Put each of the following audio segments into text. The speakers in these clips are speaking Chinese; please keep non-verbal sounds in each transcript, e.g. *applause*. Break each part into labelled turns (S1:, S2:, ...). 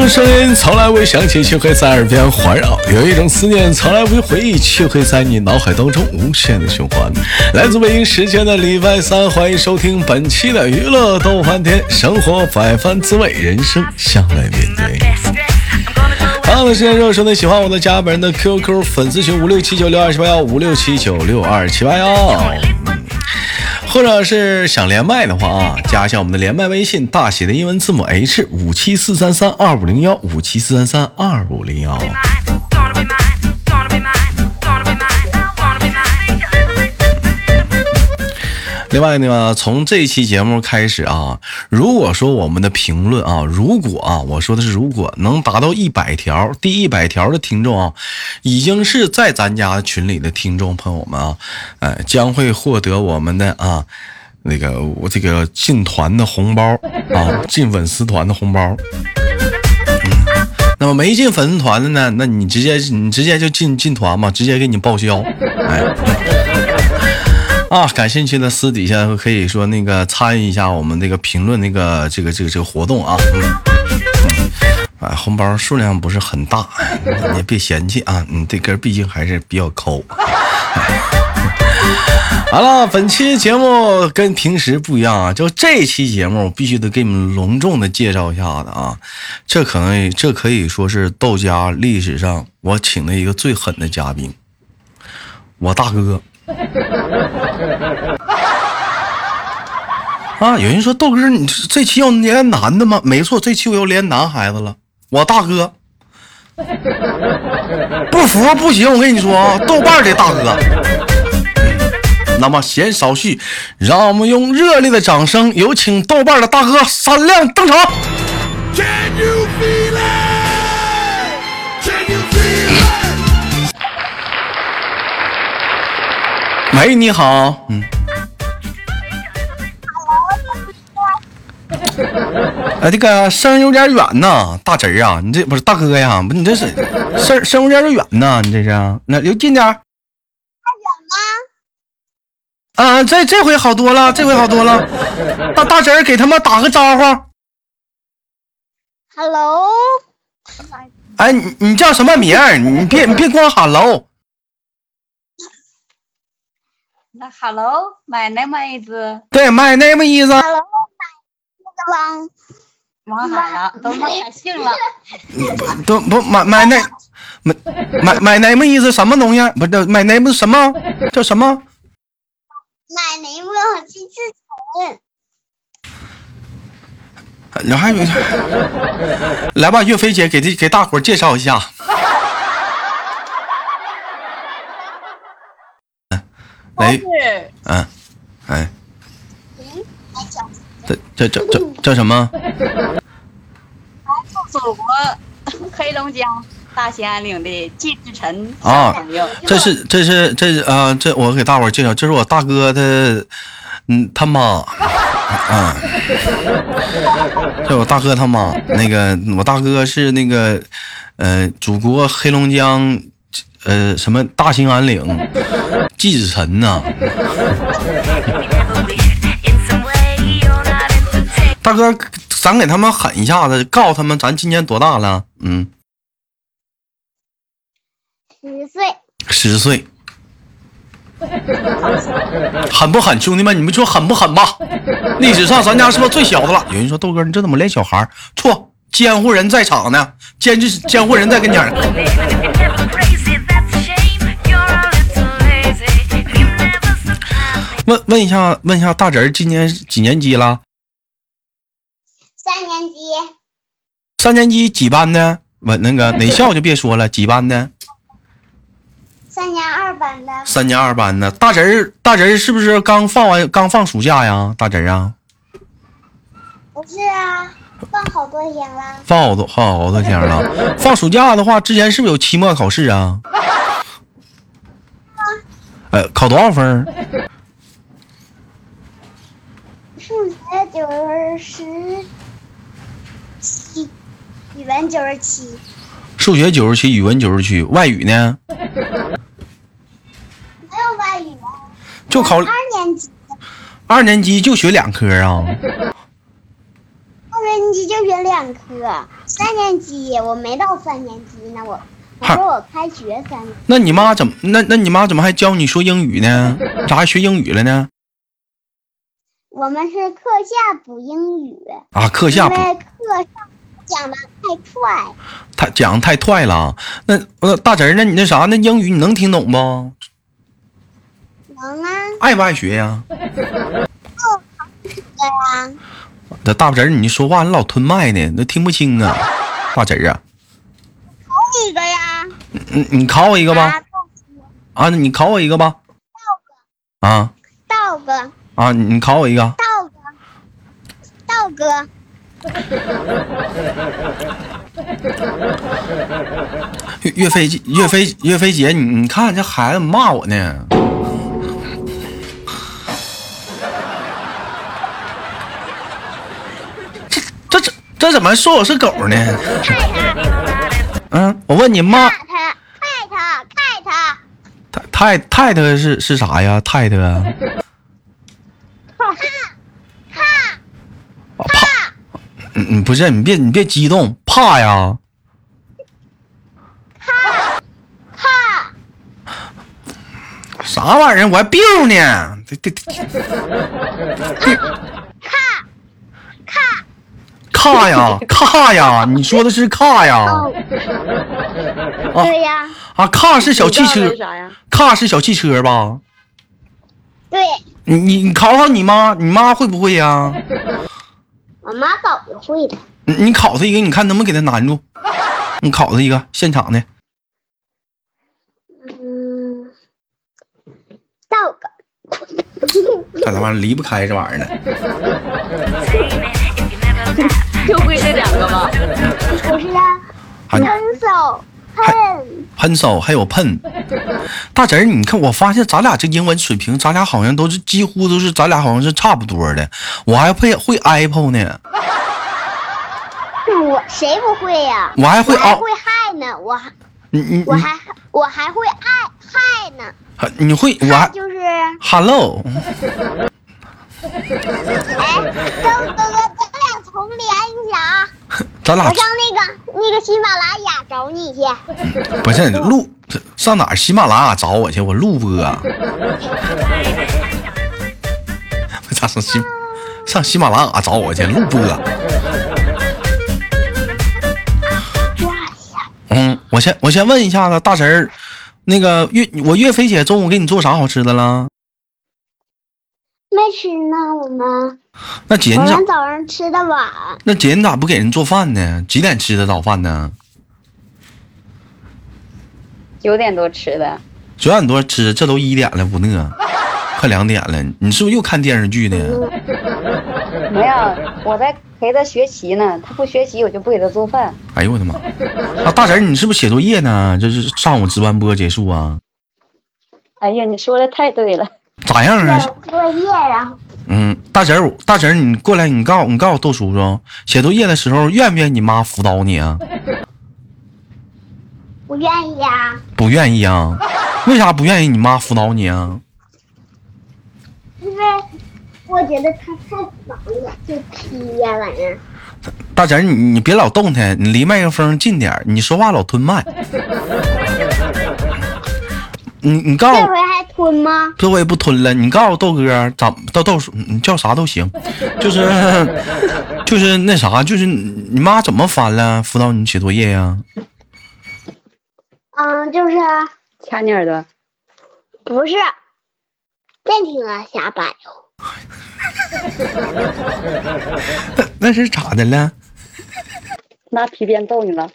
S1: 的声音从来未响起，却会在耳边环绕；有一种思念从来无回忆，却会在你脑海当中无限的循环。来自北京时间的礼拜三，欢迎收听本期的娱乐逗翻天，生活百般滋味，人生向来面对。同样的时间，如果说你喜欢我的加本人的 QQ 粉丝群五六七九六二七八幺五六七九六二七八幺。或者是想连麦的话啊，加一下我们的连麦微信，大写的英文字母 H 五七四三三二五零幺五七四三三二五零幺。另外呢，从这期节目开始啊，如果说我们的评论啊，如果啊，我说的是如果能达到一百条，第一百条的听众啊，已经是在咱家群里的听众朋友们啊，呃，将会获得我们的啊。那个，我这个进团的红包啊，进粉丝团的红包。那么没进粉丝团的呢，那你直接你直接就进进团嘛，直接给你报销。哎，啊，感兴趣的私底下可以说那个参与一下我们这个评论那个这个这个这个活动啊。嗯啊，红包数量不是很大，你也别嫌弃啊，你这根毕竟还是比较抠。 *laughs* 好了，本期节目跟平时不一样啊，就这期节目我必须得给你们隆重的介绍一下子啊，这可能这可以说是道家历史上我请的一个最狠的嘉宾，我大哥。 *laughs* 啊，有人说豆哥，你这这期要连男的吗？没错，这期我要连男孩子了，我大哥。不服不行，我跟你说啊，豆瓣儿的大哥。那么闲少叙，让我们用热烈的掌声，有请豆瓣的大哥闪亮登场。
S2: Can you feel it? Can you feel it?
S1: 喂，你好，嗯。 *laughs* 哎，这个声儿有点远呐，大侄儿啊，你这不是大哥呀？不，你这是声儿声儿有点远呐，你这是那就近点儿。啊，这这回好多了，这回好多了。大大侄儿给他们打个招呼。
S3: Hello，
S1: 哎，你你叫什么名儿？你别你别光喊喽。
S4: 那 Hello, my name is
S1: 对，my name is。
S3: Hello，那个王，
S4: 王海了，都忘改姓 *laughs* 了。
S1: 都不买买那买买买 name 意思什么东西？不是买 name 什么叫什么？
S3: 奶奶问我去吃虫，
S1: 然后还有来吧，岳飞姐给这给大伙儿介绍一下。来，
S4: 是
S1: 嗯，哎，
S3: 嗯，来讲，
S1: 这这这这叫什么？
S4: 祖国黑龙江大兴安岭的季志晨
S1: 啊
S4: 小朋友，
S1: 这是这是这是啊、这我给大伙儿介绍，这是我大哥的，嗯，他妈，啊，这我大哥他妈，那个我大哥是那个，呃，祖国黑龙江，呃，什么大兴安岭，季子晨呐、大哥，咱给他们喊一下子，告诉他们咱今年多大了？嗯，
S3: 十岁，
S1: 十岁。狠不狠，兄弟们？你们说狠不狠吧？历史上咱家是不是最小的了？有人说豆哥，你这怎么连小孩儿？错，监护人在场呢，监制监护人在跟前儿。问问一下，问一下大侄儿今年几年级了？
S3: 三年级，
S1: 三年级几班的？问那个哪校就别说了，几班的？
S3: 三年二班的，
S1: 三年二班的。大侄儿，大侄儿是不是刚放完刚放暑假呀？大侄儿啊，
S3: 不是啊，放好多天了，
S1: 放好多放好多天了。放暑假的话，之前是不是有期末考试啊？呃，考多少分儿？
S3: 数学九十七，语文九十七，
S1: 数学九十七，语文九十七，外语呢？
S3: 没有外语啊，
S1: 就考
S3: 二年级，
S1: 二年级就学两科啊？
S3: 二年级就学两科，三年级，我没到三年级呢，我我
S1: 哈
S3: 说我开学三年，
S1: 那你妈怎么那那你妈怎么还教你说英语呢？咋还学英语了呢？
S3: 我们是课下补英语，
S1: 啊，课
S3: 因
S1: 下不
S3: 为课上讲的太快，
S1: 他讲太快了。那呃大侄儿，那你那啥，那英语你能听懂不？
S3: 能啊，
S1: 爱不爱学呀、
S3: 对啊，
S1: 这大侄儿，你说话你老吞麦呢，那听不清啊。大侄儿啊，
S3: 有一个呀，
S1: 你你考我一个吧
S3: 啊，倒数
S1: 啊，你考我一个吧。啊
S3: 道哥，
S1: 啊，你你考我一个。
S3: 道哥，道哥，
S1: 岳岳飞姐岳飞岳飞姐，你你看这孩子骂我呢。 *laughs* 这这这这怎么说我是狗呢？嗯，我问你妈，
S3: 打他，踹他，踹他，
S1: 太太太太是是啥呀？太太啊
S3: 哈，
S1: 怕，嗯嗯，不是你别你别激动，怕呀，
S3: 哈，
S1: 啥玩意儿？我还 biu 呢，这这这
S4: 啊
S3: 哈，哈，
S1: 卡呀卡呀，你说的是卡呀
S4: 哦
S3: 对呀，
S1: 啊？卡是小
S4: 你知
S1: 汽
S4: 道那
S1: 车
S4: 是，啥呀？
S1: 卡是小汽车吧？
S3: 对
S1: 你你你考考你妈，你妈会不会呀、
S3: 我妈早就会了，
S1: 你你考她一个，你看能不能给她难住？你考她一个现场的，
S3: 嗯，道哥。
S1: 咋他妈离不开这玩意儿呢？
S4: 就会这两个吗？
S3: 不是啊，
S1: 还
S3: 分手恨
S1: 喷手还有喷，大侄儿，你看我发现咱俩这英文水平，咱俩好像都是几乎都是，咱俩好像是差不多的。我还会会 Apple 呢，
S3: 我谁不会呀、
S1: 我还会哦
S3: 我还
S1: 凹，
S3: 会害呢，我还
S1: 你你啊
S3: 我还我还会爱害呢，
S1: 你你会我还
S3: 就是
S1: Hello，
S3: 哎，等等等，咱俩重连一下啊！
S1: 咱
S3: 我
S1: 俩
S3: 上那个那个喜马拉雅找你去，
S1: 不是录上哪儿喜马拉雅找我去，我录播、我咋上喜上喜马拉雅找我去录播、
S3: 哇呀，
S1: 嗯，我先我先问一下子大侄儿，那个岳我岳飞姐中午给你做啥好吃的了？
S3: 没吃呢，我们
S1: 那姐
S3: 我
S1: 你咋
S3: 们早上吃的晚，
S1: 那姐你咋不给人做饭呢？几点吃的早饭呢？
S4: 九点多吃的，
S1: 九点多吃，这都一点了，不饿，快两点了。你是不是又看电视剧呢？
S4: 没有，我在陪他学习呢。他不学习，我就不给他做饭。
S1: 哎呦我的妈！啊，大侄儿你是不是写作业呢？这是上午值班播结束啊？
S4: 哎呀，你说的太对了，
S1: 咋样啊？
S3: 作业然后
S1: 嗯，大侄儿，大侄儿，你过来，你告你告诉豆叔叔，写作业的时候愿不愿意你妈辅导你啊？
S3: 不愿意啊，
S1: 不愿意啊？为啥不愿意你妈辅导你啊？
S3: 因为我觉得他太忙了，就批呀玩意儿。
S1: 大侄儿，你你别老动弹，你离麦克风近点儿，你说话老吞麦。你你告
S3: 这
S1: 诉
S3: 回还吞吗？
S1: 这我也不吞了，你告诉豆哥咋豆豆叔你叫啥都行，就是 *laughs* 就是那啥，就是你你妈怎么烦了，辅导你写作业呀、
S3: 嗯，就是
S4: 掐你耳朵。
S3: 不是别听他啊瞎哦白话，
S1: 那是咋的了？
S4: 拿皮鞭揍你了？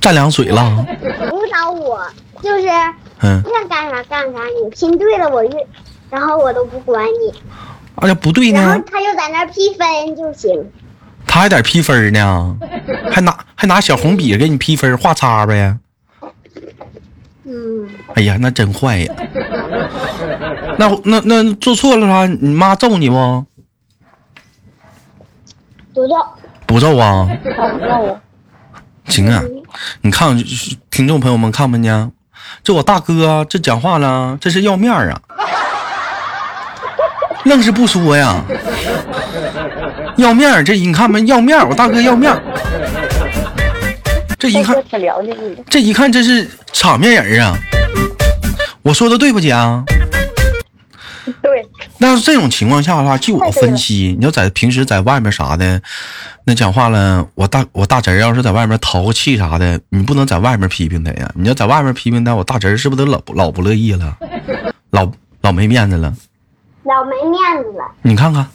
S1: 蘸凉水了？
S3: 误导我，就是
S1: 嗯，
S3: 愿干啥干啥，你拼对了我越，然后我都不管你，
S1: 啊，这不对
S3: 然
S1: 呢
S3: 后，他就在那儿批分就行。
S1: 他还得批分呢，还拿还拿小红笔给你批分画叉呗。
S3: 嗯，
S1: 哎呀，那真坏呀！那那那做错了啥？你妈揍你不？
S3: 不要，
S1: 不揍啊？
S4: 他不揍我，
S1: 行啊，你看听众朋友们看不见，这我大哥啊这讲话了，这是要面儿啊，愣是不说呀，要面儿这你看没？要面儿，我大哥要面儿。这一
S4: 帅哥
S1: 看，
S4: 挺了解你的，
S1: 这一看，这是场面人啊！我说的对不，姐啊？
S4: 对，
S1: 那这种情况下的话，据我分析，你要在平时在外面啥的，那讲话了，我大我大侄儿要是在外面淘个气啥的，你不能在外面批评他呀。你要在外面批评他，我大侄儿是不是都老老不乐意了，老老没面子了？
S3: 老没面子了，
S1: 你看看，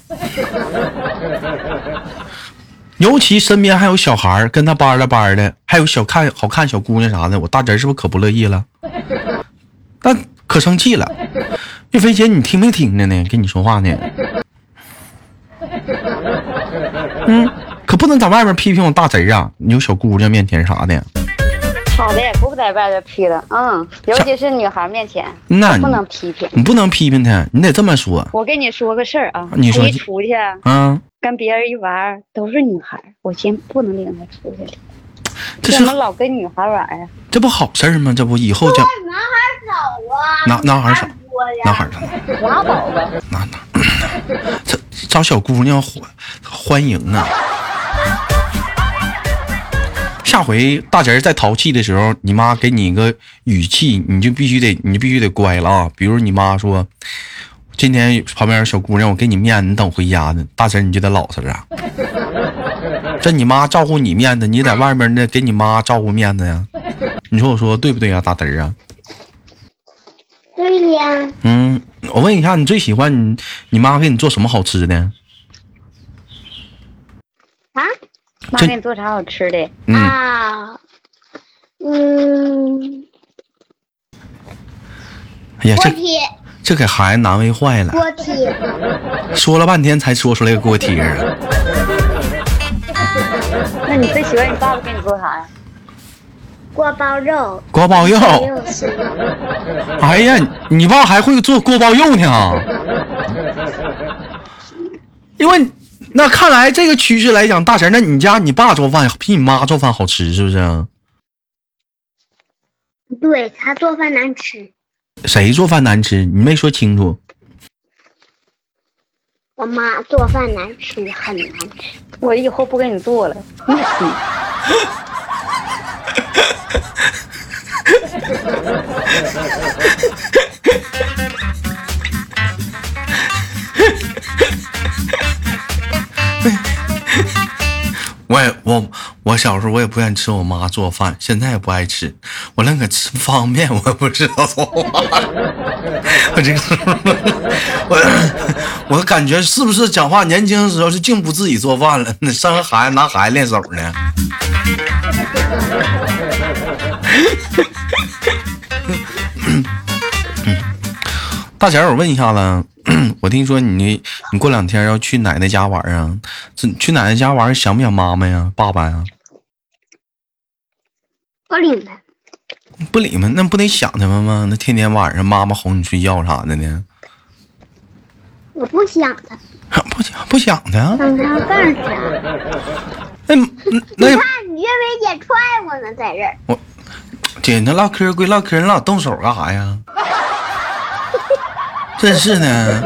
S1: 尤其身边还有小孩儿跟他班儿了班儿的，还有小看好看小姑娘啥的，我大侄儿是不是可不乐意了？但可生气了。岳飞姐，你听没听着呢？跟你说话呢。嗯，可不能在外面批评我大侄儿啊！你有小姑娘面前啥的，
S4: 好的，
S1: 嗯
S4: 不在外边批了，嗯，尤其是女孩面前，
S1: 那你嗯
S4: 不能批评。
S1: 你不能批评她，你得这么说
S4: 我跟你说个事儿啊，
S1: 你说
S4: 他一出去
S1: 啊。
S4: 跟别人一玩儿都是女孩儿，我先不能领他出去了，
S1: 这
S4: 怎
S1: 是
S4: 么老跟女孩儿玩儿啊？
S1: 这不好事儿吗？这不以后将
S3: 男孩少啊，
S1: 男男孩少
S3: 多呀，
S1: 男孩儿呢？
S4: 拉倒吧，
S1: 那哪？这找小姑娘欢欢迎啊！下回大侄儿再淘气的时候，你妈给你一个语气，你就必须得，你就必须得乖了啊！比如你妈说：“今天旁边有小姑娘，我给你面子，你等回家呢。”大侄儿你就得老实啊！这你妈照顾你面子，你在外面那给你妈照顾面子呀？你说我说对不对啊，大侄儿啊？
S3: 对呀，
S1: 嗯，我问一下，你最喜欢你你妈给你做什么好吃的？
S3: 啊
S4: 妈
S1: 这
S4: 给你做啥好吃的？
S1: 嗯。
S3: 啊，嗯，
S1: 哎呀，
S3: 锅
S1: 这
S3: 贴，
S1: 这给孩子难为坏了，
S3: 锅贴，
S1: 说了半天才说出来个锅贴儿。
S4: 那你最喜欢你爸爸给你做啥呀？
S3: 锅包肉，
S1: 锅包肉，
S3: 肉丝，
S1: 哎呀，你爸还会做锅包肉呢。因为那看来这个趋势来讲，大神，那你家你爸做饭比你妈做饭好吃是不是？
S3: 对他做饭难吃，
S1: 谁做饭难吃？你没说清楚。
S3: 我妈做饭难吃，很难吃，
S4: 我以后不给你做了，你死。
S1: 我也我我小时候我也不愿意吃我妈做饭，现在也不爱吃，我宁可吃方便，我也不知道做饭。 *laughs* 我这个我我感觉是不是讲话年轻的时候就净不自己做饭了，那 *laughs* 生个孩子拿孩子练手呢？大姐儿，我问一下子， *clears throat* 我听说你你过两天要去奶奶家玩儿啊？这去奶奶家玩儿想不想妈妈呀、爸爸呀？
S3: 不理他，
S1: 不理们，那不得想他们吗？那天天晚上妈妈哄你睡觉啥的呢？ *laughs*
S3: 我不想他，
S1: 不想不想啊他？
S3: 让他干啥？
S1: 哎那那
S3: 看你岳梅姐踹我呢，在这儿，
S1: 姐，那唠嗑归唠嗑，你老动手干啥呀？ *laughs* 真是的，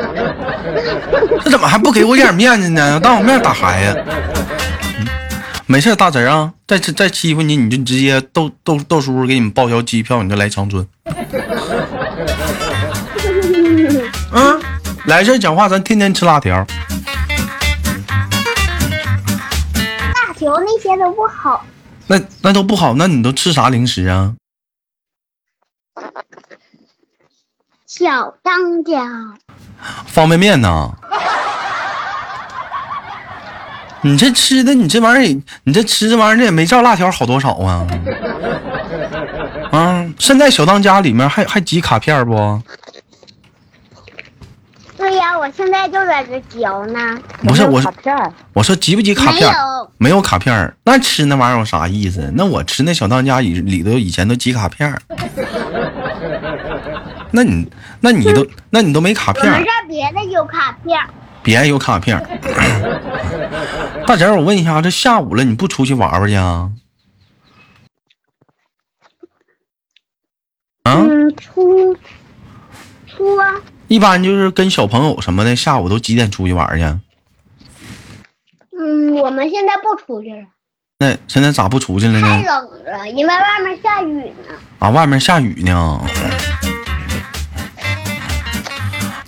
S1: 这怎么还不给我点面子呢？当我面打孩子。嗯没事，大侄儿啊，再再再欺负你，你就直接豆豆豆叔给你们报销机票，你就来长春。嗯，来这儿讲话，咱天天吃辣条。
S3: 大球那些都不好，
S1: 那那都不好，那你都吃啥零食啊？
S3: 小当家。
S1: 方便面呐？你这吃的，你这玩意儿，你这吃这玩意儿，这也没照辣条好多少啊？啊！现在小当家里面还还集卡片不？
S3: 对呀，我现在就在这嚼呢。
S1: 不是
S4: 有没有
S1: 我
S4: 卡，片儿
S1: 我说集不集卡
S3: 没
S1: 片？
S3: 有，
S1: 没有卡片儿，那吃那玩意儿有啥意思？那我吃那小当家以里头以前都集卡片儿，那你那你都那你都没卡
S3: 我
S1: 片儿
S3: 们这儿别的有卡片儿，
S1: 别有卡片儿。大姐儿，我问一下，这下午了你不出去玩玩去啊？啊，
S3: 嗯，出出啊，
S1: 一般就是跟小朋友什么的，下午都几点出去玩去？
S3: 嗯，我们现在不出去了，
S1: 那现在咋不出去了
S3: 太
S1: 呢？
S3: 冷了，因为外面下雨呢。
S1: 啊，外面下雨呢。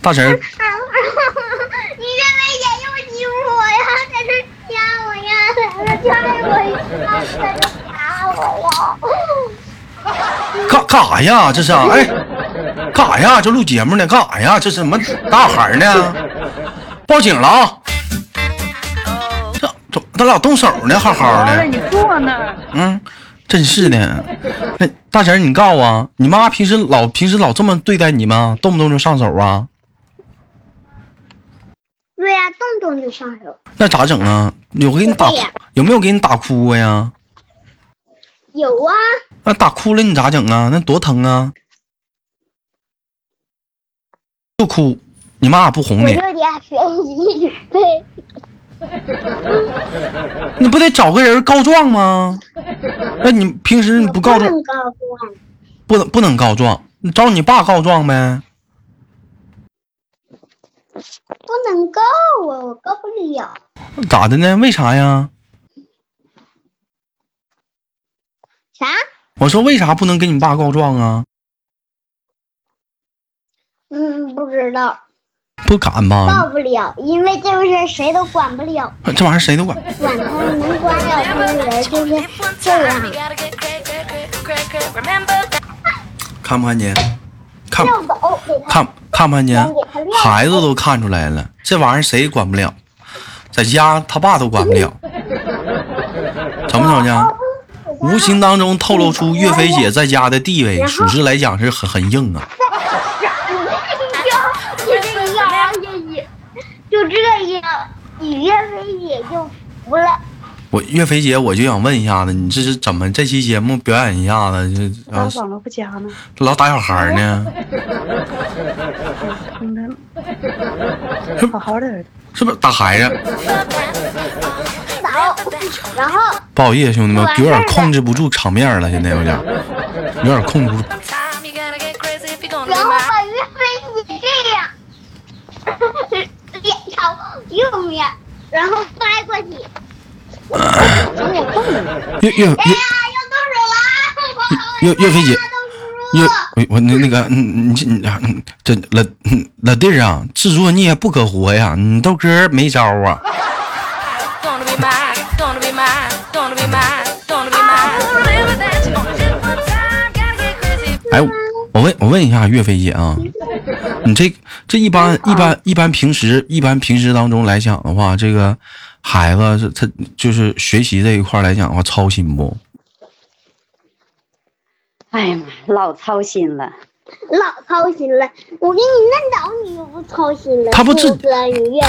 S1: 大侄儿，
S3: 你这没眼又欺负我呀，在这掐我呀，在这踹我呀，在这打我呀。
S1: 干干啥呀？这是啊哎，干啥呀？这录节目呢？干啥呀？这怎么打小孩呢？报警了啊！这这他老动手呢，好好
S5: 完了，
S1: 的。
S5: 你坐那儿，
S1: 嗯，真是的。那大侄儿，你告诉我，你妈平时老平时老这么对待你吗？动不动就上手啊？
S3: 对呀、动啊动就上手。
S1: 那咋整啊？有给你打
S3: 对呀
S1: 有没有给你打哭过呀？
S3: 有啊，
S1: 那打哭了你咋整啊？那多疼啊！就哭，你妈也不哄
S3: 我
S1: 你，
S3: 就俩学习，对，
S1: 你不得找个人告状吗？那你平时你不告状，
S3: 能告状，
S1: 不能不能告状，你找你爸告状呗。
S3: 不能告啊，我告不了。
S1: 咋的呢？为啥呀？
S3: 啥？
S1: 我说为啥不能跟你爸告状啊？
S3: 嗯，不知道，
S1: 不敢吧？
S3: 告不了，因为这个事儿谁都管不了，
S1: 这玩意儿谁都管。
S3: 管他们能管了的人就是这样。
S1: 看不看见？看
S3: 要走给他
S1: 看看不看见
S3: 我给他？晾
S1: 孩子都看出来了，这玩意儿谁也管不了，在家他爸都管不了，成不成呢？无形当中透露出岳飞姐在家的地位，属实来讲是很很硬啊。
S3: 就这样，就也就这样，你岳飞也就服了。
S1: 我岳飞姐，我就想问一下子，你这是怎么这期节目表演一下子，这
S5: 咋
S1: 啊
S5: 网络不佳呢？
S1: 老打小孩儿呢？
S5: 听着，好好的，
S1: 嗯是不是打孩子？
S3: 走，然后
S1: 不好意思，兄弟们，有点控制不住场面了，现在有点，有点控制不住。
S3: 然后把岳飞也这样脸朝右面，然后翻过
S1: *coughs*
S3: 去。
S1: 岳岳岳
S3: 哎呀，要动手了！
S1: 岳岳飞姐
S3: 大家都
S1: 因为
S3: 输了
S1: 我我那那个嗯你这你啊嗯这老嗯老弟儿啊，自作孽不可活呀，你豆哥没招啊。哎，我问我问一下岳飞姐啊，你这这一般一般一般平时一般平时当中来讲的话，这个孩子是他就是学习这一块来讲的话，操心不？
S4: 哎呀妈，老操心了。
S3: 老操心了，我给你摁倒你就不操心了。
S1: 他不自
S3: 是哥，你岳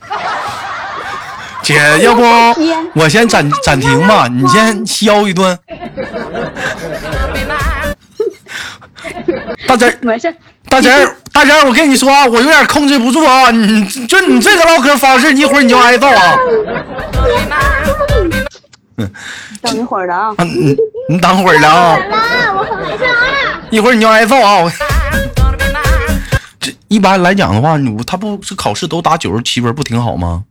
S3: 啊，
S1: 姐，要不我先暂暂停吧，你先削一顿。大侄儿，
S5: 没事，
S1: 大侄儿，大侄儿，我跟你说啊，我有点控制不住啊，你就你这个唠嗑方式，你一会儿你就挨揍啊！
S4: 等一会儿了啊，
S1: 啊，你你等会儿了啊，
S3: 啊，我很晚上啊，
S1: 一会儿你就挨揍啊！我这一般来讲的话，你他不是考试都打九十七分，不挺好吗？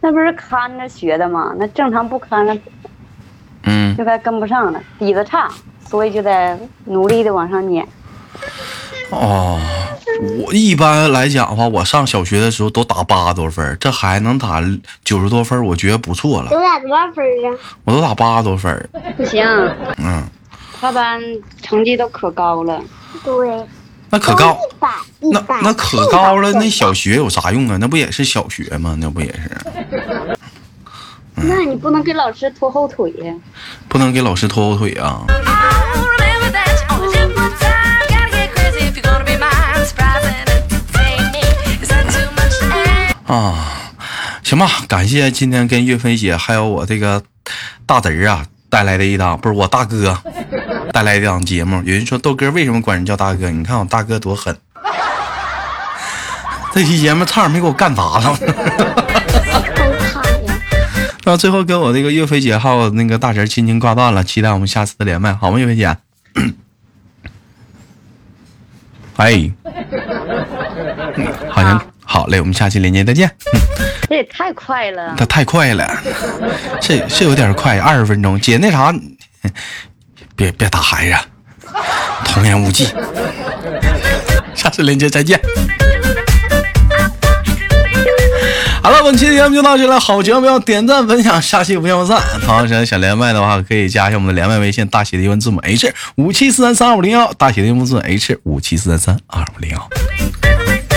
S4: 那不是看着学的吗？那正常不看着
S1: 嗯，
S4: 就该跟不上了，底子差，所以就得努力的往上撵。
S1: 哦，我一般来讲的话，我上小学的时候都打八十多分儿，这孩子能打九十多分儿，我觉得不错了。
S3: 都打多少分啊？
S1: 我都打八十多分儿，
S4: 不行，
S1: 嗯，
S4: 他班成绩都可高了，
S3: 对，
S1: 那可高，
S3: 一百一
S1: 那
S3: 百，
S1: 那可高了。那小学有啥用啊？那不也是小学吗？那不也是，
S4: 那你不能给老师拖后腿呀。
S1: 不能给老师拖后腿啊！啊，行吧，感谢今天跟岳飞姐还有我这个大侄儿啊带来的一档，不是我大哥带来的一档节目。有人说豆哥为什么管人叫大哥？你看我大哥多狠， *laughs* 这期节目差点没给我干砸了。 *laughs*
S3: 很卡呀。
S1: 那最后跟我这个岳飞姐还有那个大侄儿亲情挂断了，期待我们下次的连麦，好吗？岳飞姐。哎，嗯好像、好好嘞，我们下期连接再见。嗯
S4: 这也太快了，
S1: 他太快了，是是有点快，二十分钟。姐，那啥，别别打孩子，啊童言无忌。下次连接再见。好了，本期的节目就到这里了，好节目要点赞分享，下期不见不散。同样时间想连麦的话，可以加一下我们的连麦微信，大写的英文字母 H 五七四三三二五零幺，大写的英文字母 H 五七四三三二五零幺。
S2: Thank you.